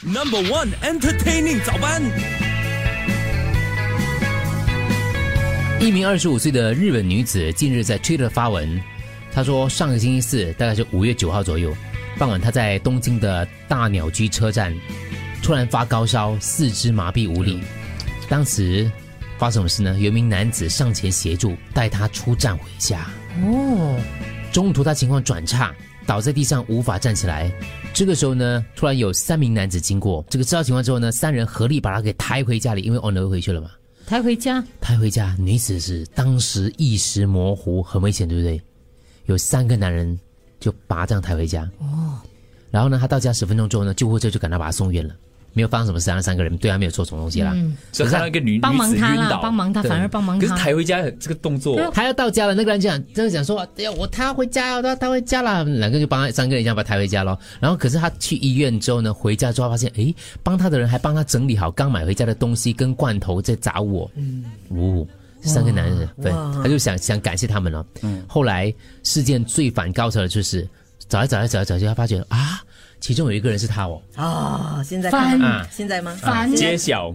Number one entertaining 早班。一名二十五岁的日本女子近日在 Twitter 发文，她说上个星期四，大概是五月九号左右，傍晚她在东京的大鸟居车站突然发高烧，四肢麻痹无力。当时发生什么事呢？有一名男子上前协助，带她出站回家。哦，中途他情况转差，倒在地上无法站起来。这个时候呢，突然有三名男子经过，这个知道情况之后呢，三人合力把他给抬回家里，因为 on the way 回去了嘛。抬回家，抬回家，女子是当时意识模糊，很危险，对不对？有三个男人就把她这样抬回家。哦。然后呢，她到家十分钟之后呢，救护车就赶到把她送院了，没有发生什么事啊，那三个人对她没有做什么东西啦。所以看到一个女帮女忙子他晕啦倒，，帮忙他，对反而帮忙啊可是他。抬回家这个动作，他要到家了，那个人就讲，就是讲说，哎呀，我他要回家了，他他回家了，两个就帮他三个人一样把他抬回家咯。然后可是他去医院之后呢，回家之后发现，诶，帮他的人还帮他整理好刚买回家的东西跟罐头在砸我，嗯，呜、三个男人，对，他就想想感谢他们了。嗯，后来事件最反高潮的就是找来找来找来找去，他发觉啊，其中有一个人是他哦，哦，现在翻嗯看现在吗？烦呢，揭晓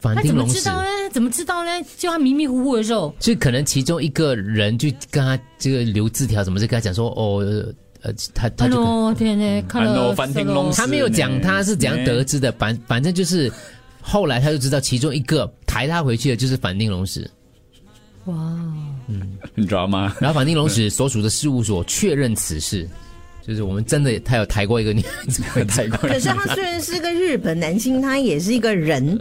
反他町怎么隆知史。道呢？怎么知道呢？就他迷迷糊糊的时候，就可能其中一个人就跟他这个留字条，怎么就跟他讲说哦，呃呃，他他哎就跟呦天哪，看哎了呦翻天弄死他没有讲他是怎样得知的，反反正就是后来他就知道其中一个抬他回去的就是反町隆史，哇，你知道吗？然后反町隆史所属的事务所确认此事，就是我们真的他有抬过一个女孩子回家太 过可是他虽然是个日本男星，他也是一个人，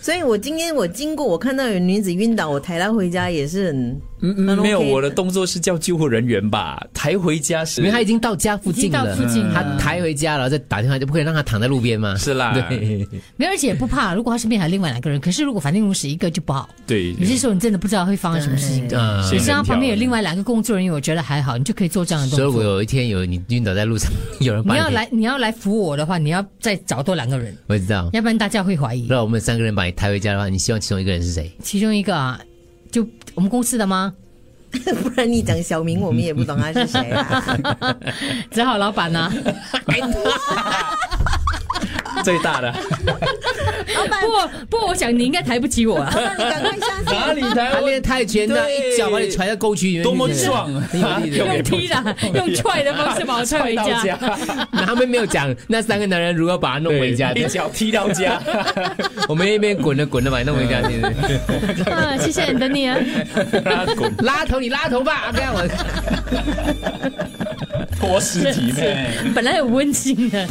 所以我今天我经过，我看到有女子晕倒，我抬她回家也是很嗯很 OK 没有我的动作是叫救护人员吧？抬回家是因为他已经到家附近了，已经到附近了他抬回家，然后再打电话就不可以让他躺在路边嘛。是啦，对，没有，而且也不怕。如果他身边还有另外两个人，可是如果反町隆史一个就不好。对，有些时候你真的不知道会发生什么事情。嗯仙可人是他旁边有跳另外两个工作人员，我觉得还好，你就可以做这样的所以动我作。有一天有你晕倒在路上，有人把你你要来，你要来扶我的话，你要再找多两个人，我知道。要不然大家会怀疑。让我们三个人把你抬回家的话，你希望其中一个人是谁？其中一个啊，就我们公司的吗？ 不然你讲小明，我们也不懂他是谁啊 啦。只好老板呢、最大 的不不，我想你应该抬不起我 啊。那你赶快下哪里他抬练泰拳的，对一脚把你踹到沟渠里面，多么对不对壮啊很有力用的用。踢的，用踹的方式把我踹回到家。然后 他们没有讲那三个男人如何把他弄回家对一的，脚踢到 家，我们一边滚着滚着把他弄回家去， 啊，谢谢你的你啊。 让他滚拉头你拉头吧，不要我。拖尸体呗。 本来很温馨的。